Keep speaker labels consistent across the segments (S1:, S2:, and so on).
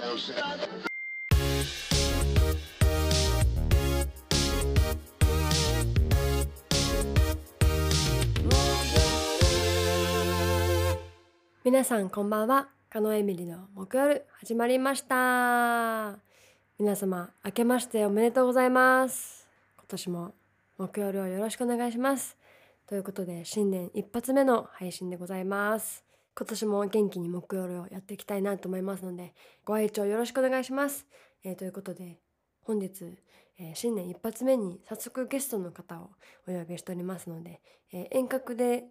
S1: no sense.
S2: 皆さんこんばんはカノエミリの木曜日始まりました皆様明けましておめでとうございます今年も木曜日をよろしくお願いしますということで新年一発目の配信でございます今年も元気に木曜日をやっていきたいなと思いますのでご愛聴よろしくお願いします、えーということで本日、えー新年一発目に早速ゲストの方をお呼びしておりますので、えー遠隔で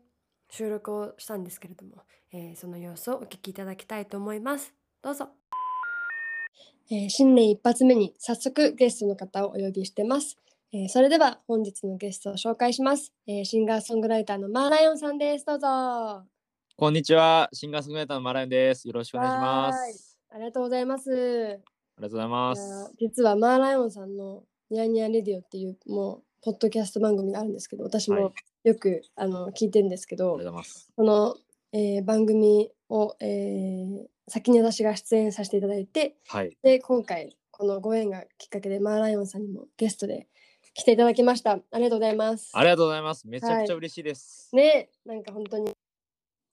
S2: 収録をしたんですけれどもえーその様子をお聞きいただきたいと思います。どうぞ。えー新年一発目に早速ゲストの方をお呼びしてます。えーそれでは本日のゲストを紹介します。えーシンガーソングライターのマーライオンさんです。どうぞ。あ
S3: こんにちは。シンガーソングライターのマライオンです。よろしくお願いしま
S2: はーい
S3: す。
S2: りがとうございます。
S3: ありがとうございま
S2: いやー
S3: す。
S2: 実はマーライオンさんのニヤニヤレディオっていうもうポッドキャスト番組があるんですけど、私
S3: は
S2: も
S3: い
S2: よく、あの聞いてるんですけ
S3: あ
S2: ど、
S3: りがとうございます。
S2: この、えー番組を、えー先に私が出演させていただいて
S3: はい。
S2: で今回このご縁がきっかけでマーライオンさんにもゲストで来ていただきましたありがとうございます
S3: ありがとうございます。めちゃくちゃ嬉しいです。
S2: ねなんか本当に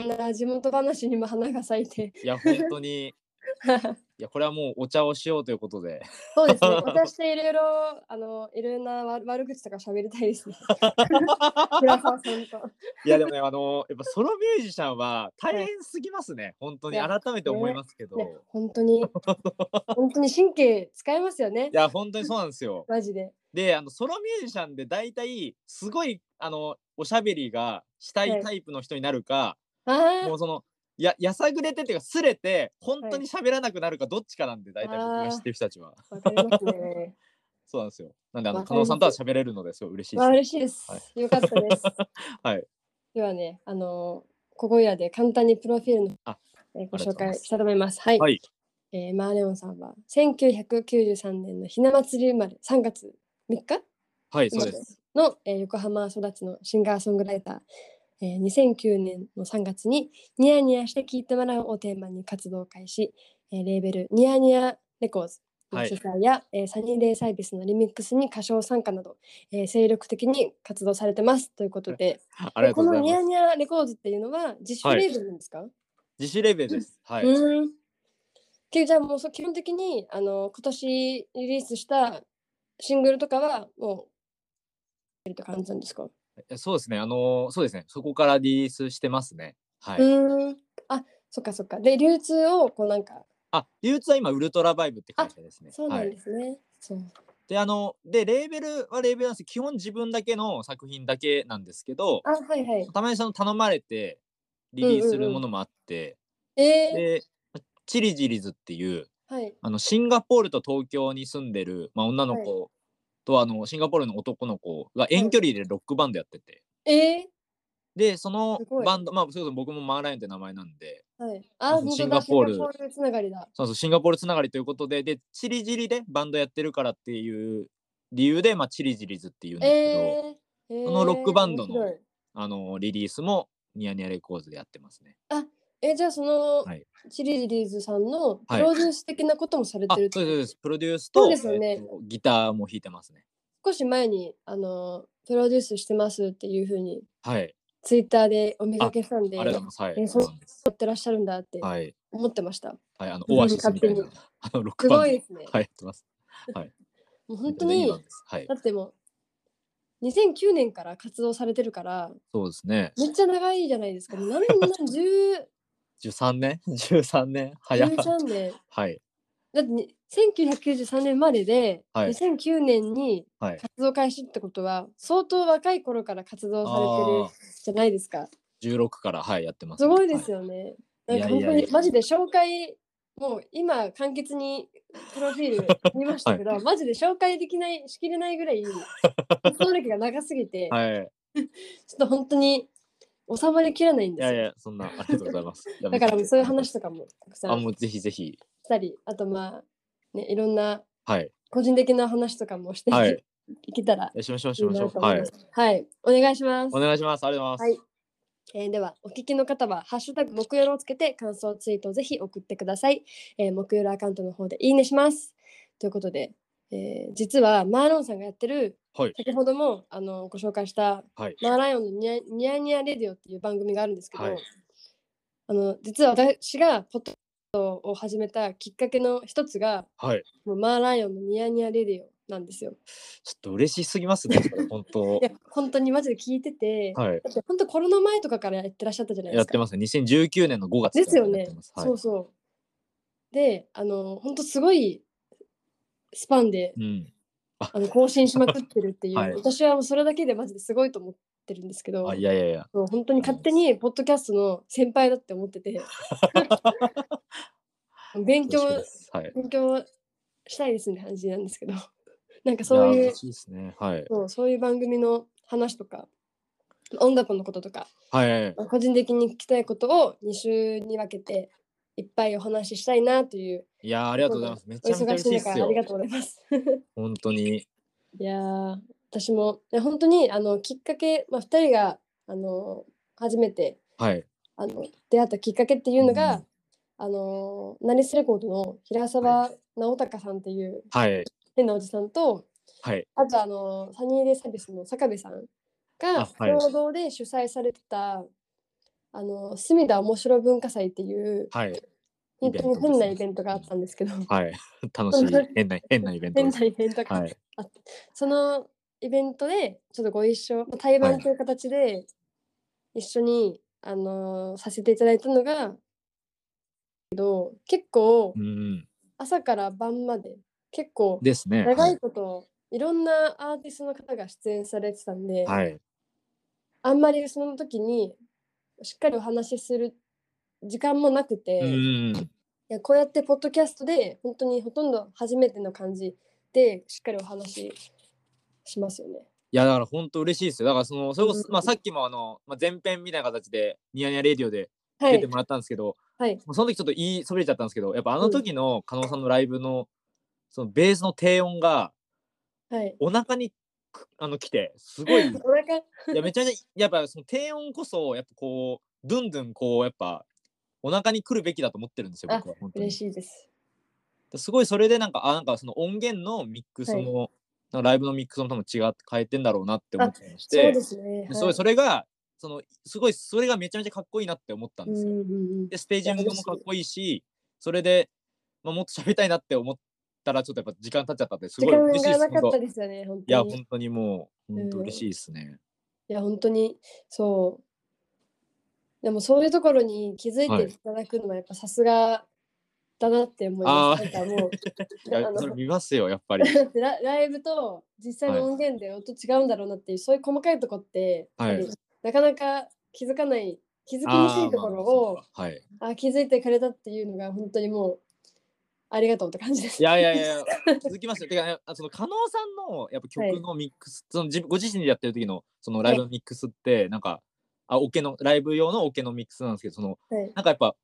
S2: こんな地元話にも花が咲いて
S3: いや、本当に。いや、これはもうお茶をしようということ で。
S2: そうです ね私といろいろあのいろんな悪悪口とか喋りたい ですね平沢さんと
S3: いや、でもね、あの、やっぱソロミュージシャンは大変すぎますね。本当
S2: い
S3: に
S2: や
S3: 改めて思いますけど。い
S2: ね本当 に本当に神経使えますよね
S3: や、本当にそうなんですよ。
S2: マジで
S3: で、あの、ソロミュージシャンで大体、すごい、あの、おしゃべりがした
S2: はいい
S3: タイプの人になるか、
S2: ああ
S3: もうその、や、やさぐれてっていうか、すれて、本当
S2: はい
S3: に喋らなくなるか、どっちかなんで、大体僕が知ってる人たちは。
S2: わかりますね
S3: そうなんですよ。なんで、あ
S2: わ
S3: の、
S2: か
S3: 加
S2: りま
S3: 納
S2: す
S3: さんとは喋れるのですごい嬉しいで
S2: わあ
S3: す。
S2: 嬉しいです。
S3: は
S2: よかったです。
S3: はい。
S2: ではね、あのここやで簡単にプロフィールの、
S3: あ
S2: えーご
S3: ありがと
S2: 紹
S3: うござ
S2: 介
S3: います
S2: したいと思います。はい。
S3: はい。
S2: えーマーレオンさんは1993年のひな祭り生まれ3月3日
S3: は
S2: 生
S3: い、そ
S2: ま
S3: う
S2: れ
S3: です。
S2: の、えー横浜育ちのシンガーソングライター、えー2009年の3月に「ニヤニヤして聴いてもらう」をテーマに活動を開始、えーレーベル「ニヤニヤレコーズ」の
S3: はい
S2: 主催や、えーサニーデイサービスのリミックスに歌唱参加など、えー精力的に活動されてますということで
S3: ありがと
S2: こ
S3: うご
S2: の
S3: ざい
S2: ニヤ
S3: ます。
S2: ニヤレコーズっていうのは自主
S3: はい
S2: レーベルなんですか、。
S3: 自主レベルです。はいう
S2: ーん。けどじゃあもうそう基本的にあの今年リリースしたシングルとかはもうって感じなんですか、
S3: えそうですね。あのー、そうですね。そこからリリースしてますね。は
S2: う
S3: い。
S2: ーん。あそっかそっか。で流通をこうなんか
S3: あ、流通は今、ウルトラバイブって会社ですね。
S2: そうな
S3: は
S2: ん
S3: い
S2: で。すね。そう。
S3: で、あの、で、レーベルはレーベルなんですけど基本自分だけの作品だけなんですけど、
S2: あはいはい。
S3: たまにその頼まれてリリースするものもあって、
S2: え
S3: で、チリジリズっていう、
S2: ー、はい
S3: あのシンガポールと東京に住んでる、まあ、女の子と、あのシンガポールの男の子が遠距離でロックバンドやってて、
S2: え
S3: でその
S2: すごい
S3: バンドまあそれこそ僕もマーライオンって名前なんで
S2: ー、はい。あ本当だ
S3: シンガポール
S2: シンガポールつながりだ。
S3: そうそうシンガポールつながりということででチリジリでバンドやってるからっていう理由で、まあ、チリジリズっていうんですけ
S2: えー、
S3: ど、
S2: えー
S3: このロックバンドの
S2: 面白い
S3: あのリリースもニヤニヤレコーズでやってますね。
S2: えじゃあその、
S3: はい
S2: チリリーズさんのプ
S3: はい
S2: ロデュース的なこともされ
S3: あ
S2: て
S3: そ
S2: る
S3: う
S2: っ
S3: で
S2: て
S3: すそうですプロデュース
S2: そう
S3: と,、
S2: ですよね
S3: とギターも弾いてますね。
S2: 少し前にあのプロデュースしてますっていうふうに
S3: はい、
S2: ツイッターでお見かけしたんで、
S3: ありがとうござい
S2: え
S3: ます。
S2: そう
S3: はい、そうなんです
S2: 撮ってらっしゃるんだって
S3: はい
S2: 思ってました。
S3: はい、あの
S2: うん
S3: オアシスみたいな
S2: 勝
S3: あのロック
S2: す
S3: バ
S2: ご
S3: ンド
S2: いですね。
S3: はい、やってます。
S2: もう本当
S3: めちゃくちゃいい
S2: に
S3: バンドですはい
S2: だ、ってもう2009年から活動されてるから
S3: そうですね。
S2: めっちゃ長いじゃない ですか。もう何年何十
S3: 十三年、 十三年、早い
S2: 十。三年
S3: はい、
S2: だってに1993年までで、
S3: はい
S2: 2009年に
S3: はい
S2: 活。動開始ってことは相当若い頃から活動されてるじゃないですか。
S3: 十六から、はい、やってます
S2: す
S3: ね、
S2: ごいですよね。なん
S3: い
S2: か
S3: や
S2: 本
S3: い
S2: 当
S3: やいや
S2: にマジで紹介もう今簡潔にプロフィー ル見ましたけど、マジで紹介できないしきれないぐらい活動歴が長すぎて、
S3: はい。はい、
S2: ちょっと本当に収まりきらないん
S3: い
S2: です
S3: や
S2: よ。
S3: いや、そんな、ありがとうございます。い や
S2: だからもうそういう話。
S3: めちゃくち
S2: とかもたく
S3: ゃ
S2: さ
S3: あ、
S2: ん
S3: もうぜひ ぜひ。
S2: したり、あとまあ、ね、いろんな
S3: はい。
S2: 個人的な話とかもして、
S3: はい
S2: い、けたら
S3: えしましょう、
S2: い
S3: し
S2: い
S3: まし
S2: な
S3: ょ
S2: と
S3: う。
S2: 思
S3: はい
S2: ま
S3: い
S2: す。。はい、お願いします。
S3: お願いします。ありがとうございます。
S2: はいえーではお聞きの方は「ハッシュタグ木曜日をつけて感想ツイートをぜひ送ってください、えー、木曜日アカウントの方でいいねしますということで、えー実はマーロンさんがやってる
S3: はい
S2: 先ほどもあのご紹介した
S3: はい
S2: マーライオンのニヤニヤニヤレディオっていう番組があるんですけど、
S3: はい
S2: あの実は私がポッドキャストを始めたきっかけの一つが
S3: はい
S2: もうマーライオンのニヤニヤレディオなんですよ。
S3: ちょっと嬉しすぎますねそれ本当
S2: いや本当にマジで聞いてて、
S3: はい
S2: だって本当コロナ前とかからやってらっしゃったじゃないで
S3: やっ
S2: すか
S3: て。ますね2019年の5月
S2: ですよ
S3: や
S2: ね
S3: ってます。はい
S2: そうそう。で、あの、本当すごいスパンで
S3: うん
S2: あの更新しまくってるっていう、
S3: はい
S2: 私はもうそれだけでマジですごいと思ってるんですけど
S3: あ、いやいやいや
S2: そう本当に勝手にポッドキャストの先輩だって思って て、勉強
S3: 恐縮ですはい
S2: 勉強したいですね感じなんですけど、なんかそう
S3: や
S2: いう
S3: 嬉しいですねはい
S2: そうそういう番組の話とか、音楽のこととか、
S3: はいはい
S2: まあ個人的に聞きたいことを2週に分けていっぱいお話ししたいなという
S3: いやーありがとうございますめち
S2: お
S3: ゃめちゃ
S2: 忙
S3: 嬉
S2: し
S3: し
S2: い
S3: いっ
S2: 中あ
S3: すよ
S2: りがとうございます。
S3: 本当に
S2: いやー私もね本当にあのきっかけ、まあ、2人があの初めて
S3: はい
S2: あの出会ったきっかけっていうのが、
S3: うん
S2: あのナリスレコードの平沢直隆さんっていう
S3: はい
S2: 変なおじさんと
S3: はい
S2: あとあのサニーデイサービスの坂部さんが
S3: あはい
S2: 共同で主催されてたあの隅田面白文化祭っていう
S3: はい
S2: 本当に変なイ
S3: イ
S2: ベ
S3: ベ
S2: ントがあったんですけど、
S3: はい 楽しい 変な変なイベント
S2: 変
S3: です
S2: なイベントがあっ
S3: は
S2: て
S3: い
S2: そのイベントでちょっとご一緒、まあ対バンという形で一緒に、あのーさせていただいたのがけど結構
S3: うん
S2: 朝から晩まで結構
S3: ですね
S2: 長いこと、い、ろんなアーティストの方が出演されてたんで、
S3: はいはい
S2: あんまりその時にしっかりお話しする時間もなくて、
S3: う
S2: い
S3: ん
S2: やこうやってポッドキャストで本当にほとんど初めての感じでしっかりお話ししますよね。
S3: いやだから本当嬉しいですよだからそのそれこそ
S2: うん
S3: まあさっきもあのまあ前編みたいな形でニヤニヤレディオで
S2: は
S3: 出
S2: い
S3: てもらったんですけど
S2: はい。
S3: もうその時ちょっと言いそびれちゃったんですけどやっぱあ
S2: う
S3: の
S2: ん
S3: 時の加納さんのライブのそのベースの低音が
S2: はい。
S3: お腹にくあの来てすごいい
S2: お腹
S3: やめちゃめちゃやっぱその低音こそやっぱこうドゥンドゥンこうやっぱお腹に来るべきだと思ってるんですよ
S2: あ
S3: 僕は本当に
S2: 嬉しいです。
S3: すごいそれでなんかあなんかその音源のミックスも、なんかライブのミックスも多分違って変えてんだろうなって思ってまし
S2: そう
S3: て
S2: ですね。
S3: ですごいそれがそのすごいそれがめちゃめちゃかっこいいなって思ったん
S2: う
S3: ですよ。
S2: んうんうん
S3: でステージングもかっこいいしそれで、まあ、もっと喋りたいなって思ったらちょっとやっぱ時間経っちゃったんです
S2: 時
S3: ごい
S2: 間
S3: 嬉しいで
S2: が
S3: す。
S2: なか
S3: 本
S2: っ
S3: 当
S2: た
S3: い
S2: ですよね、本
S3: や
S2: 当に。い
S3: 本当にもう本当
S2: うん
S3: 嬉しいですね。
S2: や、本当に、そう。でも、そういうところに気づい
S3: はい
S2: ていただくのは、やっぱさすがだなって思います。
S3: あ
S2: なんかも、
S3: いう
S2: あ
S3: やそれ
S2: の
S3: 見ますよやっ ぱり。
S2: だってラライブと実際
S3: はい
S2: の音源で音違うんだろうなっていう、そういう細かいとこって、
S3: はい
S2: やっぱりなかなか気づかない、気づきに
S3: あ
S2: くい
S3: ー
S2: ところを、
S3: まあそうかはい、
S2: あ気づいてくれたっていうのが本当にもうありがとうって感じです。
S3: いやいやいや続きますよ。てか、ね、あその加納さんのやっぱ
S2: はい
S3: 曲のミックス、その自分ご自身でやってる時のそのライブのミックスってなんか、あオケのライブ用のオケのミックスなんですけどその
S2: はい
S3: なんかやっぱ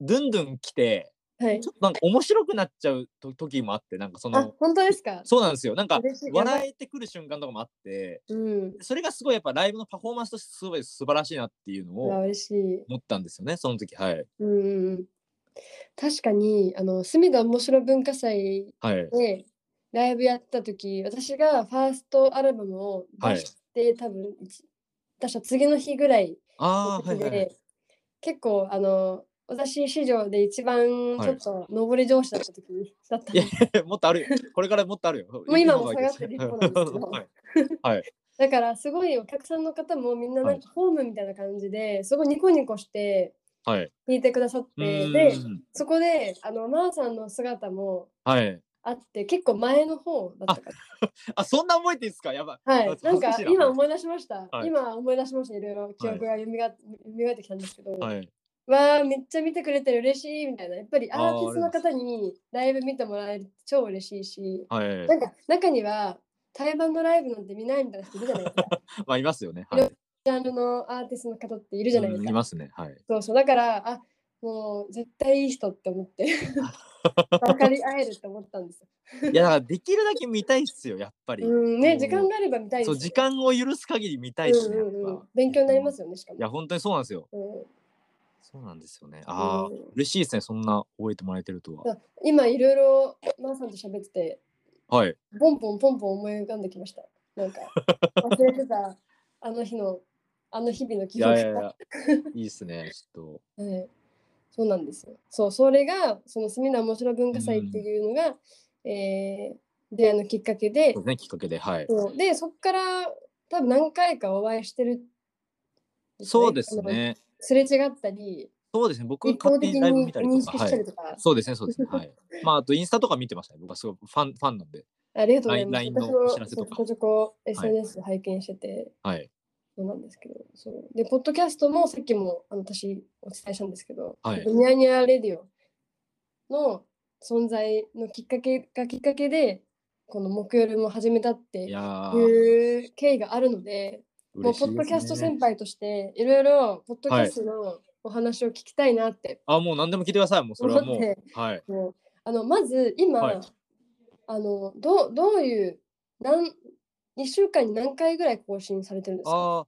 S3: ドゥンドゥン来て
S2: はい
S3: ちょっとなんか面白くなっちゃうと時もあってなんかそ
S2: あ
S3: の
S2: 本当ですか。
S3: そうなんですよなんか
S2: 嬉しいやばい
S3: 笑えてくる瞬間とかもあって
S2: うん。
S3: それがすごいやっぱライブのパフォーマンスとしてすごい素晴らしいなっていうの
S2: うわ
S3: を
S2: 嬉しい。
S3: 思ったんですよねその時はい
S2: うんうんうん。確かにあの隅田面白文化祭
S3: はい
S2: でライブやった時、私がファーストアルバムを出して、多分一出した次の日ぐらい
S3: あ
S2: の
S3: あは
S2: 時
S3: い
S2: で、
S3: はいはい
S2: 結構あの私史上で一番
S3: はい
S2: ちょっと上り上司だった時 にだったん
S3: い
S2: で
S3: や もっとあるよこれからもっとあるよも
S2: う今も下がってる一方なんですけど
S3: はい
S2: だからすごいお客さんの方もみんななんかホームみたいな感じですごいニコニコして
S3: はい。
S2: 弾いてくださっ
S3: う
S2: て
S3: ー
S2: で
S3: ん
S2: そこであのまーさんの姿も
S3: はい。
S2: あって結構前の方だったから
S3: あ、そんな覚えていいですかやばい。
S2: はい
S3: あ
S2: なんか
S3: 恥ずかしいな
S2: 今思い出しました、
S3: はい
S2: 今思い出しましたいろいろ記憶がよみが、蘇ってきたんですけど、
S3: はい。
S2: わあめっちゃ見てくれてる嬉しいみたいなやっぱりア
S3: あ
S2: ー
S3: ー
S2: ティストの方にライブ見てもらえるって超嬉しいし
S3: はい
S2: な。んか中には台湾のライブなんて見ないみたいな人いるじゃないです か
S3: まあ、いますよね。はい。
S2: ジャンルのアーティストの方っているじゃないです
S3: うん
S2: か
S3: いますね。はい。
S2: そうそうだからあもう絶対いい人って思って分かり合えると思ったんですよ。
S3: いやだからできるだけ見たいっすよやっぱり、
S2: うん
S3: う
S2: ね、
S3: ん
S2: 時間があれば見たいです
S3: そ
S2: よ
S3: う
S2: ね
S3: 時間を許す限り見たいっすねやっぱ、
S2: うんうんうん、勉強になりますよね、しか
S3: いや
S2: も。
S3: 本当にそうなんですよ
S2: うん
S3: そうなんですよねああ、
S2: うん
S3: 嬉しいですねそんな覚えてもらえてるとは、
S2: だ今いろいろマーさんと喋ってて、
S3: はい
S2: ボンボンポンポン思い浮かんできました。なんか 忘れてたあの日のあの日々の
S3: い
S2: 記憶
S3: や
S2: が
S3: いや いやいいっすねちょっ
S2: はい、そうなんですよ。そうそれがその隅田面白文化祭っていうのが、えー出会いのきっかけで
S3: とそうですねきっかけではい
S2: そうでそこから多分何回かお会いしてるんね
S3: そうです
S2: あの
S3: ね
S2: すれ違ったり
S3: そうですね僕
S2: 一
S3: 勝
S2: 方
S3: 手
S2: 的に
S3: にライブ見たり
S2: 認
S3: と
S2: 識
S3: か
S2: し
S3: は
S2: たり
S3: い
S2: とか、
S3: そうですねそうですねはいまああとインスタとか見てましたね僕はすごいファンファンなんで
S2: ありがとうございます
S3: LINE の
S2: 私
S3: お知らせとか
S2: そうちょこちょこ SNS で拝見してて、
S3: はい
S2: そうなんですけどそうでポッドキャストもさっきもあの私お伝えしたんですけど
S3: はい
S2: ニヤニヤレディオの存在のきっかけがきっかけでこの木曜日も始めたって
S3: い
S2: い
S3: やー
S2: う経緯があるのでもう
S3: 嬉し
S2: ポッ
S3: い
S2: ド
S3: で
S2: キャスト
S3: すね
S2: 先輩としていろいろポッドキャストのお話を聞きたいなって
S3: あもう何でも聞いてくださいもうそれ は
S2: 思
S3: も
S2: って
S3: うはい
S2: もうあのまず今、
S3: はい
S2: あのどうどういう何1週間に何回ぐらい更新されてるんですか
S3: ああ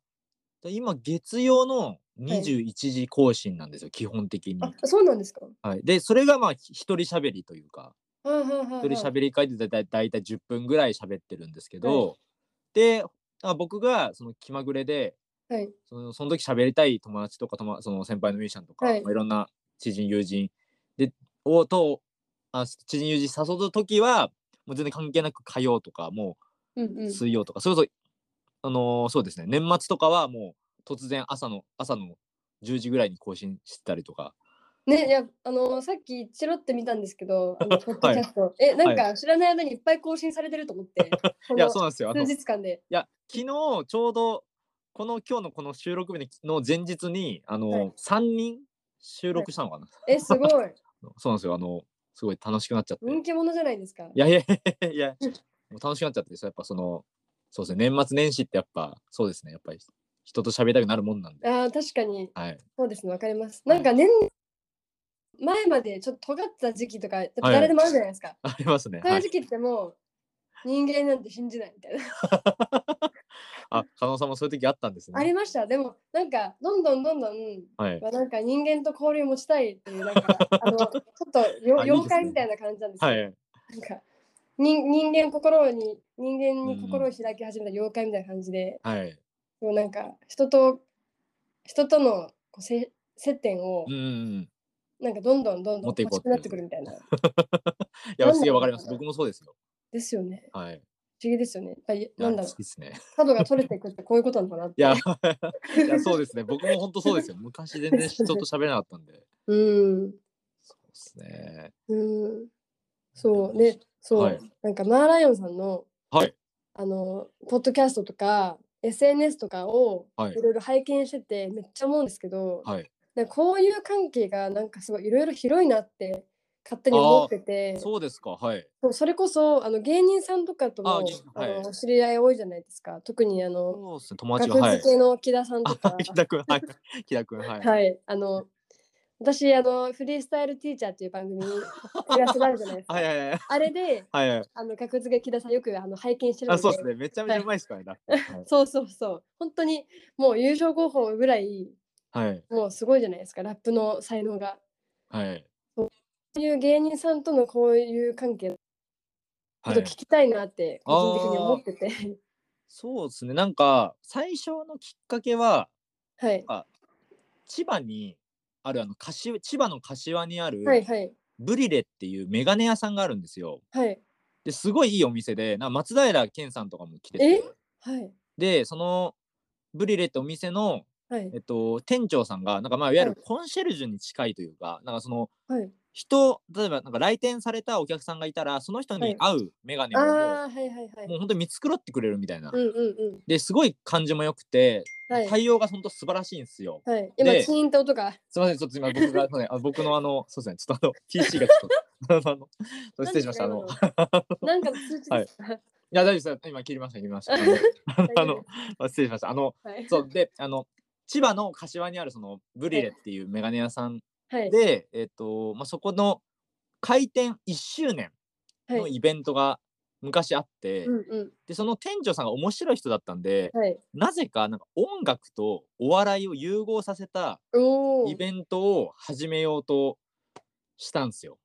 S3: 今月曜の21時更新なんですよ、基本的に、
S2: あそうなんですか
S3: はい、でそれがまあひ一人喋りというか
S2: はいはいはい、はい
S3: 一人喋り会でだいたい10分ぐらい喋ってるんですけど、であ僕がその気まぐれで
S2: はい
S3: そのその時喋りたい友達とか友その先輩のミュージシャンとか、
S2: はい
S3: いまあ、いろんな知人友人でをとあ知人友人誘う時はもう全然関係なく火曜とかも
S2: うんう、
S3: うん水曜とか、それこそあのーそうですね年末とかはもう突然朝の朝の10時ぐらいに更新してたりとか
S2: ねいやあのさっきチロって見たんですけどあのポッドキャスト、えなんか知らない間にいっぱい更新されてると思 って、こ
S3: いや
S2: の
S3: そうなんですよあの
S2: 数日間で
S3: いや昨日ちょうどこの今日のこの収録日の前日にあの、
S2: はい
S3: 3人収録したのかな、
S2: えすごい
S3: そうなんですよあのすごい楽しくなっちゃって、
S2: 人
S3: い
S2: 気者じゃないですか
S3: やいやいやいやもう楽しくなっちゃってそうやっぱそのそうですね年末年始ってやっぱそうですねやっぱり人と喋りたくなるもんなんで、
S2: あー確かに
S3: はい、
S2: そうですねわかりますなんか年前までちょっと尖ってた時期とかやっぱ誰でもあるじゃないですか、
S3: ありますね、
S2: そうい
S3: は
S2: う
S3: い
S2: 時、期ってもう人間なんて信じないみたいな
S3: あ加納さんもそういう時あったんです
S2: あ
S3: ね
S2: りましたでもなんかどんどんどんどん
S3: はい
S2: まあなんか人間と交流持ちたいっていうなんかあのちょっとよ
S3: あいいですね
S2: 妖怪みたいな感じなんですけど、
S3: はい
S2: なんか人人間心に人間
S3: うん
S2: に心を開き始めた妖怪みたいな感じで、
S3: はい
S2: こうなんか人と人とのこうせ接点を
S3: うんうんうん
S2: なんかどんどんどんど
S3: 持
S2: ん
S3: っていこう
S2: 欲し
S3: って
S2: くなってくるみたいな。
S3: いやすげえわかり
S2: なんだろう
S3: ます僕もそうですよ
S2: ですよね。
S3: はい
S2: 不思議ですよね。やっぱり
S3: いや
S2: なんだろ
S3: 好きですね
S2: う角が取れていくってこういうことなのかなって。
S3: いや、 いやそうですね。僕も本当 そうですよ。昔全然人と喋れなかったんで。
S2: うん
S3: そうですね。
S2: うんそうねそう、
S3: はい
S2: なんかマーライオンさんの
S3: はい。
S2: あのポッドキャストとか SNS とかを
S3: はい
S2: いろいろ拝見しててめっちゃ思うんですけど、
S3: はい。
S2: なんかこういう関係がなんかすごいいろいろ広いなって勝手に思っててそ
S3: そうですか。はい。
S2: うそれこそあの芸人さんとかと
S3: あ
S2: も
S3: 芸人
S2: あの
S3: はい
S2: 知り合い多いじゃないですか特にあの
S3: そうですね。友達が。
S2: 学
S3: はい
S2: 付。けの木田さんとか
S3: あ、 木田君。はい。木田君。はい。
S2: はい、あの私あのフリースタイルティーチャーっていう番 組に知らせてあるじゃないですか、
S3: はいはいはい。
S2: あれで
S3: はいはい。
S2: あの格付け木田さんよくあの拝見してるの
S3: あ、
S2: で
S3: そうですね。めちゃめちゃうまいですからね。ラップはい
S2: そうそうそう本当にもう優勝候補ぐらい
S3: はい。
S2: もうすごいじゃないですかラップの才能が
S3: はい。
S2: こういう芸人さんとのこういう関係ちょっ
S3: は
S2: と
S3: い
S2: 聞。きたいなって個人的に思ってて
S3: そうですね。なんか、最初のきっかけは、
S2: はい
S3: 千葉にある、あの、柏千葉の柏にある、
S2: はいはい
S3: ブリレっていうメガネ屋さんがあるんですよ。
S2: はい
S3: ですごいいいお店で、なんか松平健さんとかも来て
S2: え
S3: て。
S2: はい
S3: でそのブリレってお店の、
S2: はい
S3: えっと、店長さんがなんかまあいわゆ
S2: は
S3: るコンシェルジュに近いというかなんかその
S2: はい
S3: 人例えばなんか来店されたお客さんがいたらその人に合う眼鏡
S2: あ
S3: を
S2: あ
S3: もう,、
S2: ーはいはいは
S3: も
S2: いう
S3: 本当に見繕ってくれるみたいな、
S2: うんうん
S3: ですごい感じも良くて、
S2: うんはい
S3: 対応が本当素晴らしいんですよ。
S2: はい今
S3: で
S2: チーンって音 が
S3: すみませんちょっと今僕がそうねあ僕のあのそうですねちょっとあの PC がちょっと あの失礼しましたあのい
S2: なんか通知ですか、
S3: や大丈夫です今切りました切り ましたあのあのあ失礼しましたあの
S2: はい
S3: そうであの千葉の柏にあるそのブリレっていうメガネ屋さん
S2: はい
S3: で、えっとまあ、そこの開店1周年の
S2: はい。
S3: イベントが昔あって、
S2: うんうん。
S3: でその店長さんが面白い人だったんで、
S2: はい。
S3: なぜかなんか音楽とお笑いを融合させた
S2: おお。
S3: イベントを始めようとしたんですよ。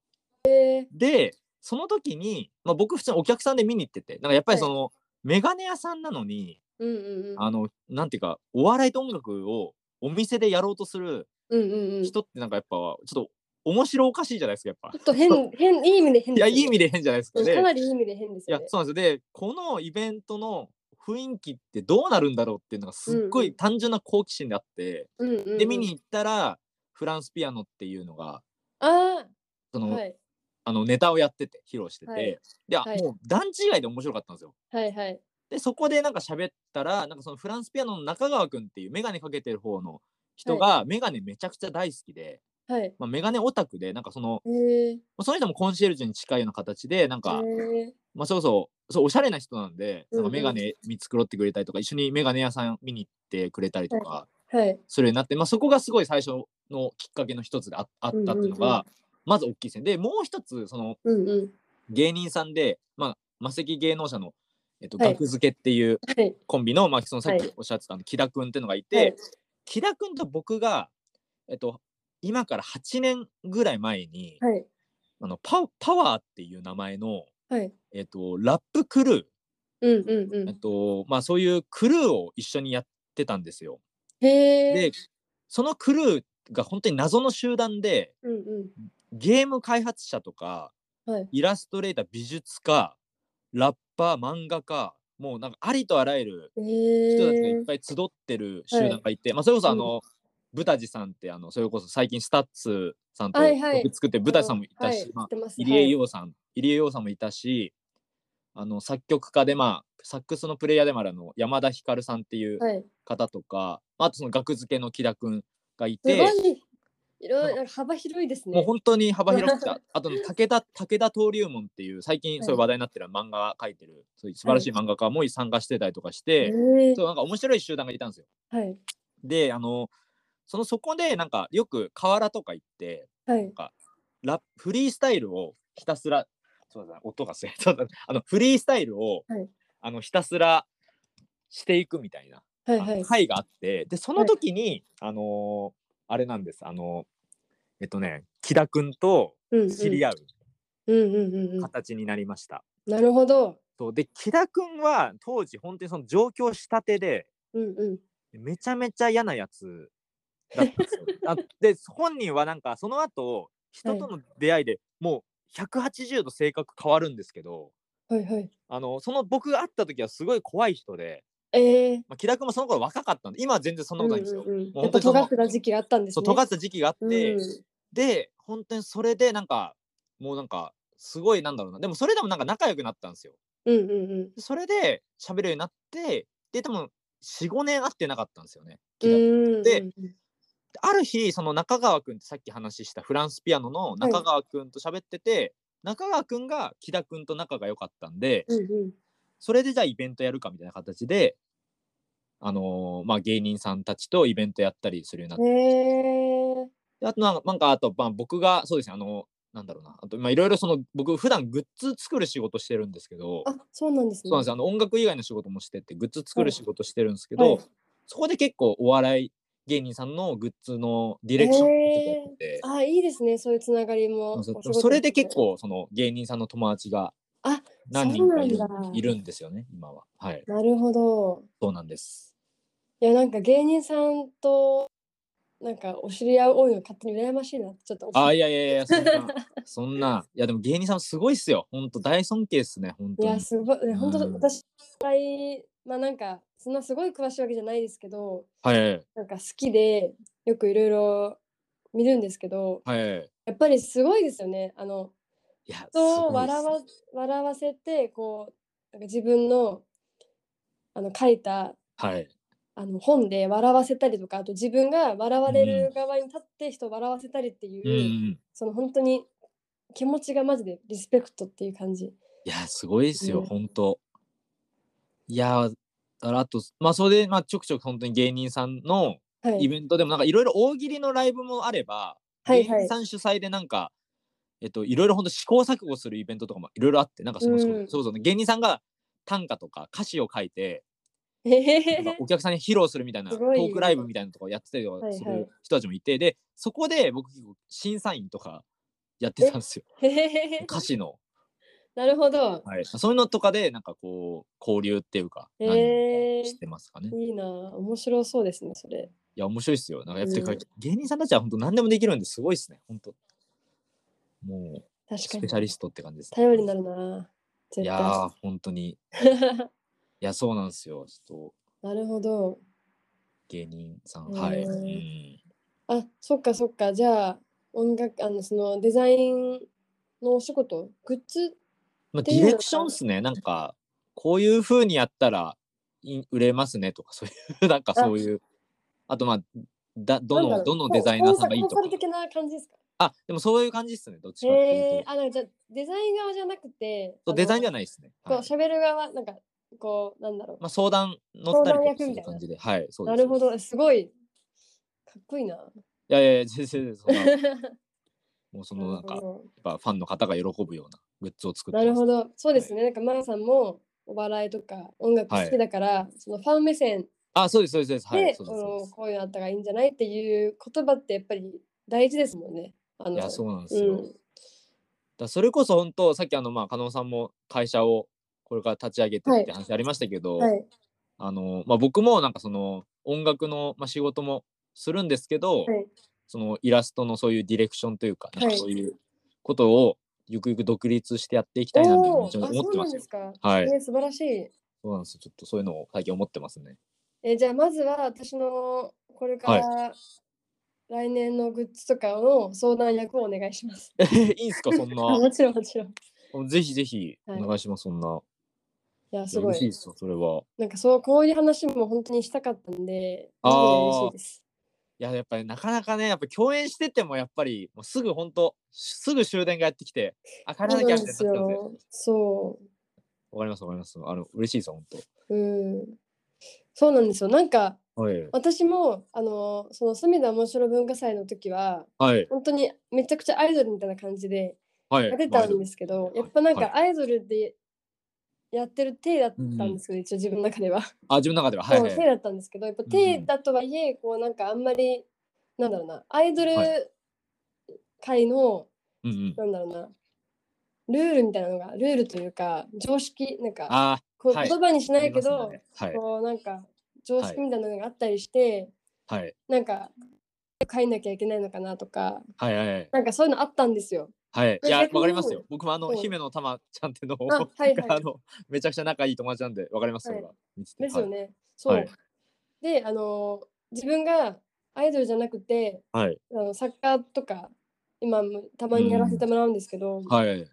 S2: えー
S3: でその時に、まあ、僕普通にお客さんで見に行っててなんかやっぱり
S2: はい
S3: その、メガネ屋さんなのに
S2: うんうんうん。
S3: あのなんていうかお笑いと音楽をお店でやろうとする
S2: うんうんうん。ちょ
S3: 人ってなんかやっぱちょっと面白おかしいじゃないですかやっぱ。
S2: っと 変、変、いい意味で変
S3: い
S2: です
S3: や
S2: よ
S3: い
S2: ね
S3: い意味で変じゃないですか
S2: うん
S3: ね。
S2: かなりいい意味で変です
S3: いや
S2: よね。
S3: そうなんですよでこのイベントの雰囲気ってどうなるんだろうっていうのがすっご
S2: うんう
S3: い単純な好奇心であって、
S2: うんうんうん
S3: で見に行ったらフランスピアノっていうのが
S2: ああ、
S3: その,、
S2: はい。
S3: あのネタをやってて披露してて、
S2: はい
S3: で、あ
S2: はい
S3: もう段違いで面白かったんですよ。
S2: はいはい。
S3: でそこでなんか喋ったらなんかそのフランスピアノの中川君っていう眼鏡かけてる方の人が眼鏡めちゃくちゃ大好きで、
S2: はい。
S3: まあ、眼鏡オタクでなんかその
S2: えー、
S3: その人もコンシェルジュに近いような形でなんか、
S2: え
S3: まあ、そうそう、そうおしゃれな人なんで、なん
S2: うん
S3: か
S2: うん
S3: メガネ見繕ってくれたりとか、一緒にメガネ屋さん見に行ってくれたりとか
S2: ー、はい。
S3: するようになって、まあ、そこがすごい最初のきっかけの一つでああったっていうの
S2: うんうんうん
S3: が、まず大きいですね。で、もう一つ、その
S2: うんうん。
S3: 芸人さんで、まあ、魔石芸能者の、えっと、
S2: はい
S3: 学付けっていう
S2: はい。
S3: コンビの、まあ、そのさっ
S2: は
S3: き
S2: い
S3: おっしゃってたあの、木田くんっていうのがいて、
S2: はい、
S3: 木田くんと僕が、えっと、今から8年ぐらい前に、
S2: はい。
S3: あのパパワーっていう名前の、
S2: はい。
S3: えっと、ラップクルー、
S2: うんうんう
S3: えっ
S2: ん。
S3: とまあ、そういうクルーを一緒にやってたんですよ。
S2: へえ
S3: で。そのクルーが本当に謎の集団で
S2: うんう
S3: ゲーム開発者とか
S2: ん。はい。
S3: イラストレーター美術家ラッパー漫画家もうなんかありとあらゆる
S2: へえ。
S3: 人たちがいっぱい集ってる集団がいて、まあ、それこそあの、ブタジさんってあのそれこそ最近スタッツさんと
S2: はいはい
S3: 曲作ってブタジさんもいたし、ま
S2: はい、
S3: あ
S2: 知ってます
S3: 入江洋さん、入江洋さんもいたしあの作曲家でまあサックスのプレイヤーでもあるあの山田ひかるさんっていう
S2: はい。はい。
S3: 方とか、まああとその学付けの木田くんがい
S2: す
S3: て
S2: ごい。いろいろ幅広いですね。
S3: もう本当に幅広く てああと武田武田登竜門っていう最近そういう話題になってる漫画描いてるそういう素晴らしい漫画家も参加してたりとかして、
S2: へえ
S3: そうなんか面白い集団がいたんですよ。
S2: はい。
S3: であのそのそこでなんかよく河原とか行って
S2: はい。
S3: ラップフリースタイルをひたすらそうだな音がするそうだな あのフリースタイルを、
S2: はい
S3: あのひたすらしていくみたいな、
S2: はい。
S3: あ
S2: は
S3: の
S2: い。
S3: 会があってでそ
S2: は
S3: の
S2: い
S3: 時に、あのーあれなんですあのーえっとね木田くんと
S2: うんうん
S3: 知り合う
S2: うんうんうんうん。
S3: 形になりました。
S2: なるほど。
S3: そうで木田くんは当時本当にその上京したてで
S2: うんうん。
S3: めちゃめちゃ嫌なやつだったん ですよ。あで本人はなんかその後人との出会いでもう180度性格変わるんですけど
S2: はいはい。
S3: あのその僕が会った時はすごい怖い人で、
S2: ええ
S3: まあ、木田君もその頃若かったんで今は全然そんなことないんですよ。
S2: うんうんうん
S3: もう
S2: やっ
S3: 本
S2: ぱ
S3: 当にその
S2: 尖ってた時期があったんですね。
S3: そう尖ってた時期があって、
S2: うん
S3: で本当にそれでなんかもうなんかすごいなんだろうなでもそれでもなんか仲良くなったんですよ。
S2: うんうんうん。
S3: それで喋るようになってで多分45年会ってなかったんですよね。木田君
S2: うん
S3: で
S2: うんうん
S3: ある日その中川君ってさっき話したフランスピアノの中川君と喋ってて、中川君が木田君と仲が良かったんで
S2: うんうん
S3: それでじゃあイベントやるかみたいな形で、あのーまあ、芸人さんたちとイベントやったりするようになって、
S2: へえ。
S3: であとなんかなんかあと、まあ、僕がそうですねあのなんだろうなあとまあいろいろその僕普段グッズ作る仕事してるんですけど
S2: あ、そうなんですね。
S3: そうなんですよあの音楽以外の仕事もしててグッズ作る仕事してるんですけど、
S2: はい
S3: そこで結構お笑い芸人さんのグッズのディレクションをちょっとやってて。
S2: あ、いいですね。そういうつながりも。
S3: そうそう
S2: お仕
S3: でも
S2: 事
S3: それで結構その芸人さんの友達が
S2: あ
S3: 何人かいる
S2: そうなんだ
S3: いるんですよね今ははい
S2: なるほど。
S3: そうな んです
S2: いや、なんか芸人さんと、なんかお知り合い多いの勝手に羨ましいなってちょっと思って。
S3: あいやいやいやそんなそんないやでも芸人さんすごいっすよほんと大尊敬っすねほん
S2: い
S3: と
S2: や、
S3: に
S2: すごい。本当、
S3: うん
S2: 私、はい、まあなんか、そんなすごい詳しいわけじゃないですけど、
S3: はい
S2: なんか好きで、よくいろいろ見るんですけど、
S3: はい
S2: やっぱりすごいですよね。あの、
S3: いや
S2: 人を
S3: すごいっす
S2: 笑わ笑わせて、こう、なんか自分の、あの、書いた
S3: はい
S2: あの本で笑わせたりとかあと自分が笑われ
S3: う
S2: る側に立って人を笑わせたりっていう
S3: う、ん
S2: その本当に気持ちがマジでリスペクトっていう感じ。
S3: いやすごいっすよ
S2: ね
S3: ほんといやだからあとまあそれでまあちょくちょく本当に芸人さんの
S2: は
S3: イ
S2: い、
S3: ベントでもなんかいろいろ大喜利のライブもあれば
S2: はい
S3: 芸
S2: は
S3: 人
S2: い
S3: さん主催でなんかえっと、いろいろ本当試行錯誤するイベントとかもいろいろあってなんかその、
S2: うん
S3: そうそう芸人さんが短歌とか歌詞を書いて
S2: えへ
S3: なんかお客さんに披露するみたいな
S2: す
S3: ト
S2: ごい
S3: ークライブみたいなとかやってたりとかす
S2: はいは
S3: る
S2: い
S3: 人たちもいて、でそこで僕結構審査員とかやってたんですよ
S2: へへへ
S3: 歌詞の、
S2: なるほど。
S3: はい、そういうのとかでなんかこう交流っていうか、
S2: え
S3: 何人
S2: ー
S3: か知ってますかね
S2: いいな面白そうですね、それ。
S3: いや面白いっすよなんかやっぱ、
S2: うん
S3: 芸人さんたちは本当何でもできるんですごいっすね本当もうス
S2: 確かに。
S3: ペシャリストって感じです、
S2: 頼りになるな絶対。
S3: いやー本当にいやそうなんですよちょっ と
S2: なるほど。
S3: 芸人さん、
S2: うん
S3: はい、うん、
S2: あ、そっかそっか。じゃあ、音楽、あの、そのデザインのお仕事、グッズ、
S3: まあ、
S2: て
S3: デ
S2: いう
S3: ィ
S2: のが
S3: レクションっすねなんかこういう風にやったらい売れますねとかそういう なんかそういうあとまあだど
S2: なんだろ
S3: の
S2: う
S3: どのデザイナーさんがいいと
S2: コンサ
S3: か
S2: ル的な感じですか
S3: あでもそういう感じっすねどっちかっていうと、
S2: へえ、あ、なんかじゃあデザイン側じゃなくて、
S3: そうデザインでは
S2: な
S3: ないっすね、
S2: こう、
S3: はい
S2: 喋る側、なんか、こう、なんだろう。
S3: まあ、相談乗ったりと
S2: 相談
S3: か
S2: 役
S3: す
S2: みた
S3: る
S2: いな
S3: 感じではいそうで
S2: な
S3: す
S2: るほ
S3: そうで
S2: ど、すごい、かっこいいな。
S3: すいやいやいや全然そ んなもうそのなんか
S2: な
S3: や
S2: る
S3: っ
S2: ほ
S3: ぱファンの方が喜ぶようなグッズを作っ
S2: どな
S3: て
S2: る
S3: ます
S2: ほど、そうですね。なんか、マラさんもお笑いとか音楽好きだから、そのファン目線
S3: あそうですそうですそうですは
S2: で、
S3: い
S2: そ
S3: そう
S2: の
S3: ですそうです
S2: こういうのあったらいいんじゃないっていう言葉ってやっぱり大事ですもんね。あの
S3: いやそうなんです
S2: う
S3: よ、
S2: ん、
S3: だそれこそ本当さっきあのまあ加納さんも会社をこれから立ち上げて
S2: はい
S3: って話ありましたけど、
S2: はい。
S3: あのまあ、僕もなんかその音楽の、まあ、仕事もするんですけど、
S2: はい
S3: そのイラストのそういうディレクションというかなん
S2: は
S3: か
S2: い
S3: そういうことをゆくゆく独立してやっていきたいなって
S2: お
S3: め
S2: ー
S3: っちゃ
S2: あそ
S3: 思っ
S2: う
S3: て
S2: な
S3: ま
S2: ん
S3: す
S2: で
S3: よ
S2: す。か。
S3: はい
S2: えー素晴らしい。
S3: そうなんですよちょっとそういうのを最近思ってますね。
S2: えーじゃあまずは私のこれか
S3: はい
S2: ら来年のグッズとかの相談役をお願いします。
S3: いいんすかそ んな。
S2: もちろんもちろん。い
S3: ぜひぜひお
S2: はい
S3: 願いします、そんな。
S2: やすご
S3: 嬉しい
S2: い
S3: で。すよそれは。
S2: なんかそうこういう話も本当にしたかったんで、
S3: あー
S2: マジで嬉しいです。
S3: いややっぱりなかなかねやっぱ共演しててもやっぱりもうすぐ本当すぐ終電がやってきてあ帰らなきゃみたいになっちゃ
S2: そううんなん
S3: で
S2: ですよ。そ
S3: わかりますわかりますあの嬉しいです本
S2: う。うん。そうなんですよ。なんか
S3: 当はい
S2: 私もあのその隅田面白文化祭の時は
S3: はい
S2: 本当にめちゃくちゃアイドルみたいな感じで
S3: はい
S2: やってたんですけどやっぱなんかアイドルでやってる体だったんですけど、一応自分の中では、
S3: あ自分の中でははい
S2: そ
S3: は
S2: う
S3: い
S2: 体だったんですけどやっぱ
S3: う
S2: 体
S3: ん
S2: だとはいえこうなんかあんまりなんだろうなアイドル
S3: は
S2: 界の
S3: うんうん
S2: なんだろうなルールみたいなのがルールというか常識なんか
S3: あ
S2: こう
S3: はい
S2: 言葉にし
S3: ー
S2: ないけ
S3: あ
S2: ど、
S3: りますね
S2: こうなんか常識みたいなのがあったりして、
S3: はいはい
S2: なんか帰んなきゃいけないのかなとか
S3: はいはいはい
S2: なんかそういうのあったんですよ。
S3: はい
S2: で
S3: いや
S2: 逆に
S3: わかりますよ僕もあ
S2: そ
S3: の
S2: う
S3: 姫野玉ちゃんっての
S2: あはいはい
S3: が あのめちゃくちゃ仲いい友達なんでわかりますそれは見てて
S2: ですよ
S3: はい
S2: ね。そう、
S3: はい
S2: であの自分がアイドルじゃなくて
S3: はい
S2: あの作家とか今もたまにやらせてもらうんですけど、
S3: はい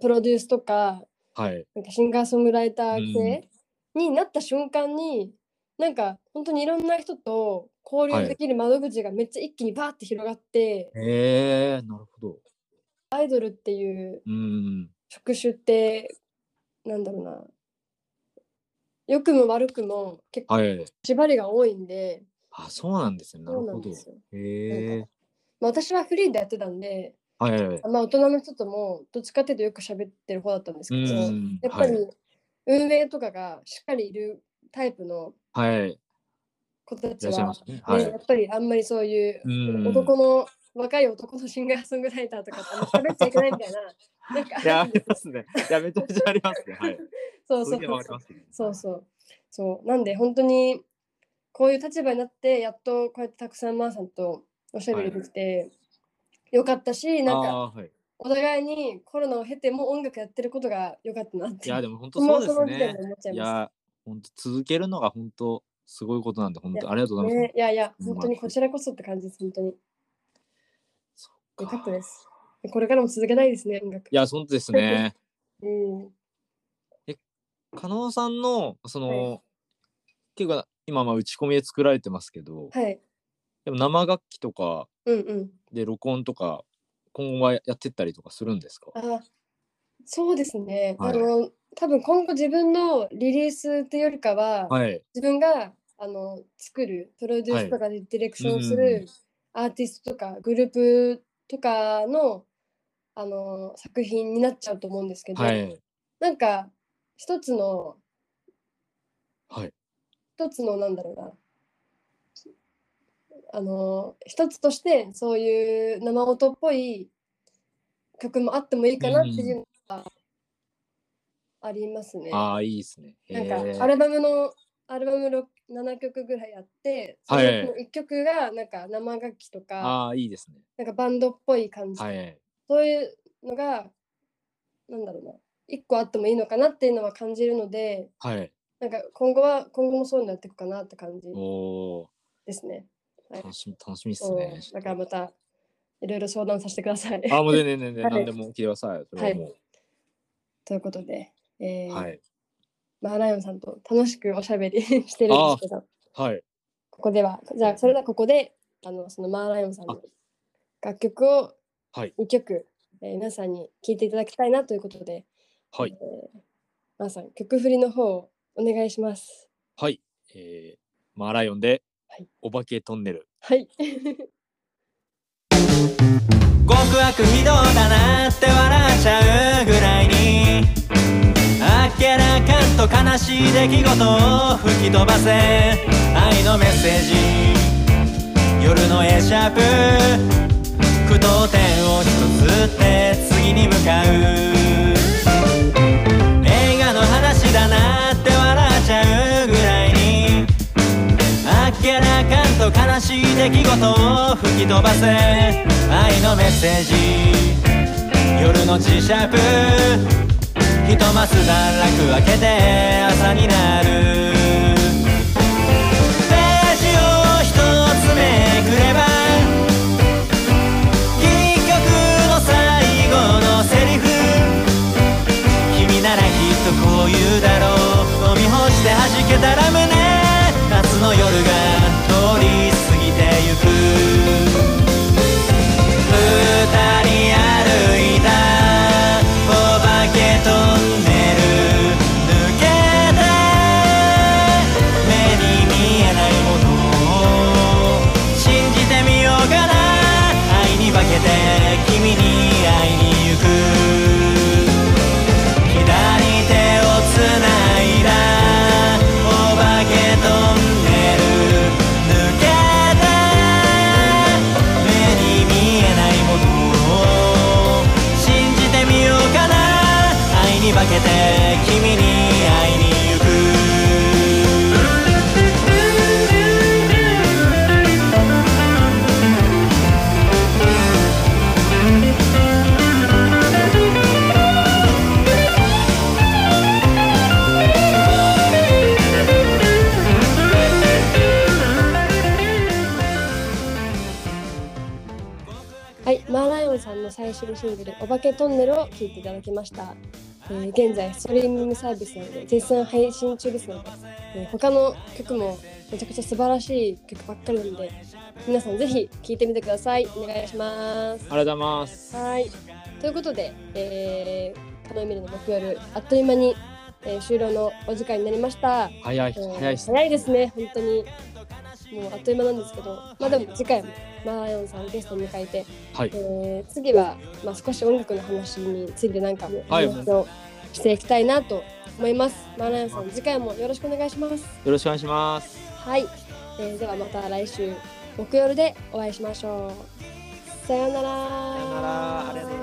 S2: プロデュースとか
S3: はい
S2: なんかシンガーソングライター
S3: うん
S2: 系になった瞬間に、なんか本当にいろんな人と交
S3: は
S2: 流
S3: い
S2: できる窓口がめっちゃ一気にバーって広がって、
S3: えー、なるほど
S2: アイドルっていう
S3: うん
S2: 職種ってなんだろうな良くも悪くも結構
S3: はい
S2: 縛りが多いんで、
S3: あそうなんですねなる
S2: そうな
S3: ほ
S2: ん
S3: ど
S2: ですよ。
S3: へ
S2: なん
S3: え
S2: かまあ、私はフリーでやってたんで、
S3: はいはいはい
S2: まあ、大人の人ともどっちかっていうとよく喋ってる方だったんです
S3: う
S2: けど、
S3: ん
S2: やっぱ
S3: はい
S2: り運営とかがしっかりいるタイプの
S3: はい
S2: 子た
S3: い
S2: ち
S3: らっしゃいま
S2: は、
S3: すねはい
S2: ねやっぱりあんまりそういう
S3: うん
S2: 男の、若い男のシンガーソングライターとかとあんま喋っちゃいけないみたい ななんか
S3: いや、
S2: あ
S3: あ
S2: るん
S3: り
S2: です
S3: ますね。いや、めちゃめちゃありますね。はい。
S2: そう
S3: そ
S2: そうう
S3: い
S2: そ
S3: うの
S2: う
S3: わ
S2: そう
S3: かりますけど。
S2: そうそう。そうなんで本当にこういう立場になってやっとこうやってたくさんまーさんとおしゃべりできて、よかったしなんか
S3: ああー、はい。
S2: お互いにコロナを経ても音楽やってることがよかったなっ
S3: い
S2: て
S3: や、でも本当
S2: も
S3: そう
S2: うその時
S3: です
S2: 点
S3: ね
S2: で。思っちゃい
S3: い
S2: ま
S3: や、本当続けるのが本当すごいことなんで、本
S2: い
S3: 当ありがとう
S2: す
S3: ございます。
S2: ねいやいや
S3: うん
S2: 本当にこちらこそって感じです本当に
S3: そ
S2: よ
S3: っ
S2: か
S3: か
S2: ったですこれからも続けたいですね音楽
S3: いや、本当ですね。
S2: うん
S3: 加納さんの、そ
S2: は
S3: の、結構今、まあ、打ち込みで作られてますけど、
S2: はい
S3: でも生楽器とか
S2: うんうん
S3: で録音とか、今後はやってったりとかするんですか
S2: あそうですね、
S3: は
S2: あ
S3: い
S2: の多分今後自分のリリースっていうよりかは、
S3: はい。
S2: 自分があの作るプロデュースとかでディレクションす
S3: うんうんう
S2: るアーティストとかグループとかのあの作品になっちゃうと思うんですけど、
S3: はい
S2: なんか一つの
S3: はい
S2: 一つのなんだろうなあの一つとしてそういう生音っぽい曲もあってもいいかなっていうのがありますね。
S3: ああいいですねへ
S2: なん
S3: ー
S2: かアルバムのアルバムろ7曲ぐらいあって、
S3: はい
S2: その1曲がなんか生楽器とか
S3: ああいいですね
S2: なんかバンドっぽい感じ、
S3: はい
S2: そういうのがなんだろうな1個あってもいいのかなっていうのは感じるので
S3: はい
S2: なんか今後は今後もそういうのやっていくかなって感じ
S3: おお
S2: ですね。
S3: ー
S2: はい
S3: 楽しみ楽しみっす
S2: そう
S3: ね
S2: だからまたいろいろ相談させてください。
S3: あーもう全然全然
S2: はい
S3: 何でも聞いてくださいそれはも
S2: ということで、えー
S3: うはい
S2: マーライオンさんと楽しくおしゃべりしてるんですけど。
S3: はい
S2: ここでは、じゃあそれではここで、あのそのマーライオンさんの楽曲を
S3: はい
S2: 2曲、えー皆さんに聴いていただきたいなということで、
S3: は
S2: え
S3: い
S2: ーマーさん、曲振りの方をお願いします。
S3: はいえーマーライオンで
S2: はい
S3: お化けトンネル
S2: はい。
S4: 極悪非道だなって笑っちゃうぐらいにあっけらかんと悲しい出来事を吹き飛ばせ愛のメッセージ夜の A シャープ句読点を一つって次に向かう映画の話だなって笑っちゃうぐらいにあっけらかんと悲しい出来事を吹き飛ばせ愛のメッセージ夜の磁石ひとマス段落開けて朝になるページを一つめくれば結局の最後のセリフ君ならきっとこう言うだろう飲み干して弾けたら胸夏の夜が通り過ぎてゆく二人歩いたお化けトンネル抜けて目に見えないものを信じてみようかな愛に化けて君に会いに行く左手をつないだお化けトンネル抜けた目に見えないものを信じてみようかな愛に化けて君に会いに行く
S2: はい、マーライオンさんの最新シングル「お化けトンネル」を聴いていただきました、えー現在ストリーミングサービスなどで絶賛配信中ですので、えー他の曲もめちゃくちゃ素晴らしい曲ばっかりなので皆さんぜひ聴いてみてくださいお願いします
S3: ありがとうございます
S2: はいということで、えー、カノエミリの木曜日あっという間に、えー終了のお時間になりました、
S3: 早い
S2: えー
S3: 早いっすね
S2: 早いですね本当にもうあっという間なんですけどまあでも次回もマーライオンさんゲストに迎えて
S3: はい
S2: えー次は、まあ、少し音楽の話についてなんかもお
S3: はい
S2: 話をしていきたいなと思います。マーライオンさん次回もよろしくお願いします。
S3: よろしくお願いします
S2: はい、えーではまた来週木曜日でお会いしましょう。さようなら。
S3: さよならありがとうございます